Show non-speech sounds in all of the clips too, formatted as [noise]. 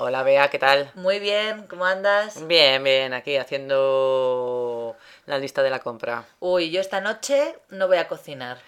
Hola, Bea, ¿qué tal? Muy bien, ¿cómo andas? Bien, bien, aquí haciendo la lista de la compra. Uy, yo esta noche no voy a cocinar.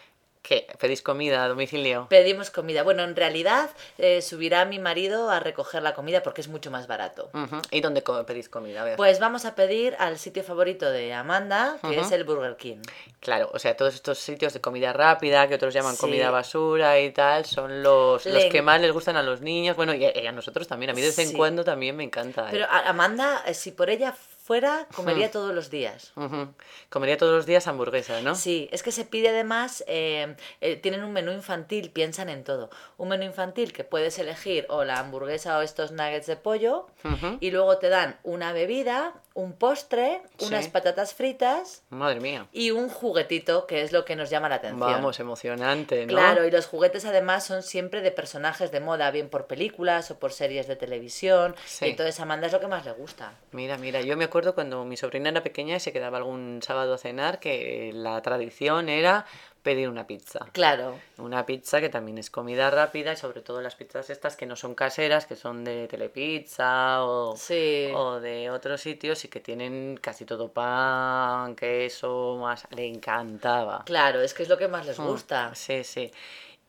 ¿Qué? ¿Pedís comida a domicilio? Pedimos comida. Bueno, en realidad eh, subirá mi marido a recoger la comida porque es mucho más barato. Ujú, ¿Y dónde co- pedís comida? A ver. Pues vamos a pedir al sitio favorito de Amanda, que Ujú. es el Burger King. Claro, o sea, todos estos sitios de comida rápida, que otros llaman Sí. comida basura y tal, son los, los Le- que más les gustan a los niños. Bueno, y a, y a nosotros también. A mí de vez en Sí. cuando también me encanta. ¿eh? Pero a- Amanda, eh, si por ella fuera, comería todos los días. Ujú. Comería todos los días hamburguesa, ¿no? Sí, es que se pide además, eh, eh, tienen un menú infantil, piensan en todo. Un menú infantil que puedes elegir o la hamburguesa o estos nuggets de pollo Ujú. y luego te dan una bebida, un postre, unas Sí. patatas fritas Madre mía. y un juguetito, que es lo que nos llama la atención. Vamos, emocionante, ¿no? Claro, y los juguetes además son siempre de personajes de moda, bien por películas o por series de televisión. Sí. Y entonces a Amanda es lo que más le gusta. Mira, mira, yo me acuerdo cuando mi sobrina era pequeña y se quedaba algún sábado a cenar que la tradición era pedir una pizza. Claro. Una pizza que también es comida rápida y sobre todo las pizzas estas que no son caseras, que son de Telepizza o, Sí. o de otros sitios y que tienen casi todo pan, queso, más. Le encantaba. Claro, es que es lo que más les gusta. Mm. Sí, sí.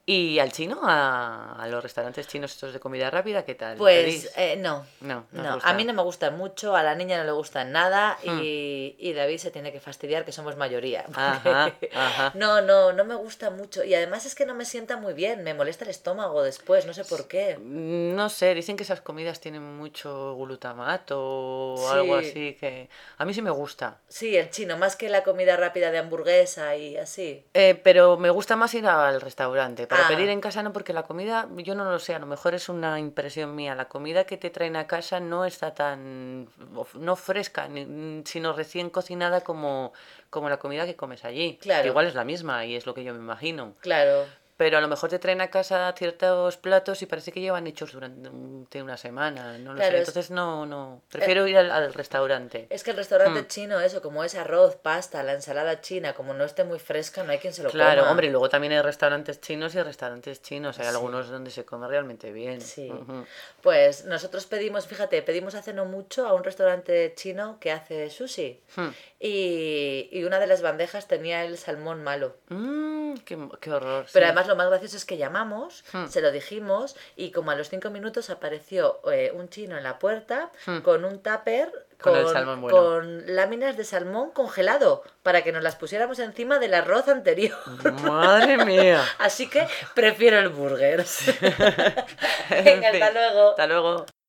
¿Y al chino? ¿A, a los restaurantes chinos estos de comida rápida? ¿Qué tal? Pues ¿Pedís? eh, no. no, no, os No, a gusta. Mm. mí no me gustan mucho, a la niña no le gustan nada y, y David se tiene que fastidiar que somos mayoría. [laughs] Ajá, ajá. No, no, no me gusta mucho y además es que no me sienta muy bien, me molesta el estómago después, no sé por qué. No sé, dicen que esas comidas tienen mucho glutamato o algo Sí. así que a mí sí me gusta. Sí, el chino, más que la comida rápida de hamburguesa y así. Eh, pero me gusta más ir al restaurante. Para Ah. pedir en casa no, porque la comida, yo no lo sé, a lo mejor es una impresión mía. La comida que te traen a casa no está tan, of- no fresca, ni- sino recién cocinada como, como la comida que comes allí. Claro. Igual es la misma y es lo que yo me imagino. Claro, Pero a lo mejor te traen a casa ciertos platos y parece que llevan hechos durante un- de una semana, no lo Claro, sé. es- eh, Entonces no, no. Prefiero ir al, al restaurante. es que el Mm. restaurante chino, eso, como es arroz, pasta, la ensalada china, como no esté muy fresca, no hay quien se lo Claro, coma. hombre, y luego también hay restaurantes chinos y restaurantes chinos. Hay Sí. algunos donde se come realmente bien. Sí. Ujú. Pues nosotros pedimos, fíjate, pedimos hace no mucho a un restaurante chino que hace sushi. Hmm. Y, y una de las bandejas tenía el salmón malo. Mm, qué, qué horror. Pero sí. además lo más gracioso es que llamamos, Hmm. se lo dijimos y como a los cinco minutos apareció eh, un chino en la puerta Hmm. con un tupper Con el salmón bueno. con láminas de salmón congelado para que nos las pusiéramos encima del arroz anterior. [laughs] Madre mía. Así que prefiero el burger. [laughs] En Venga, fin, hasta luego. Hasta luego.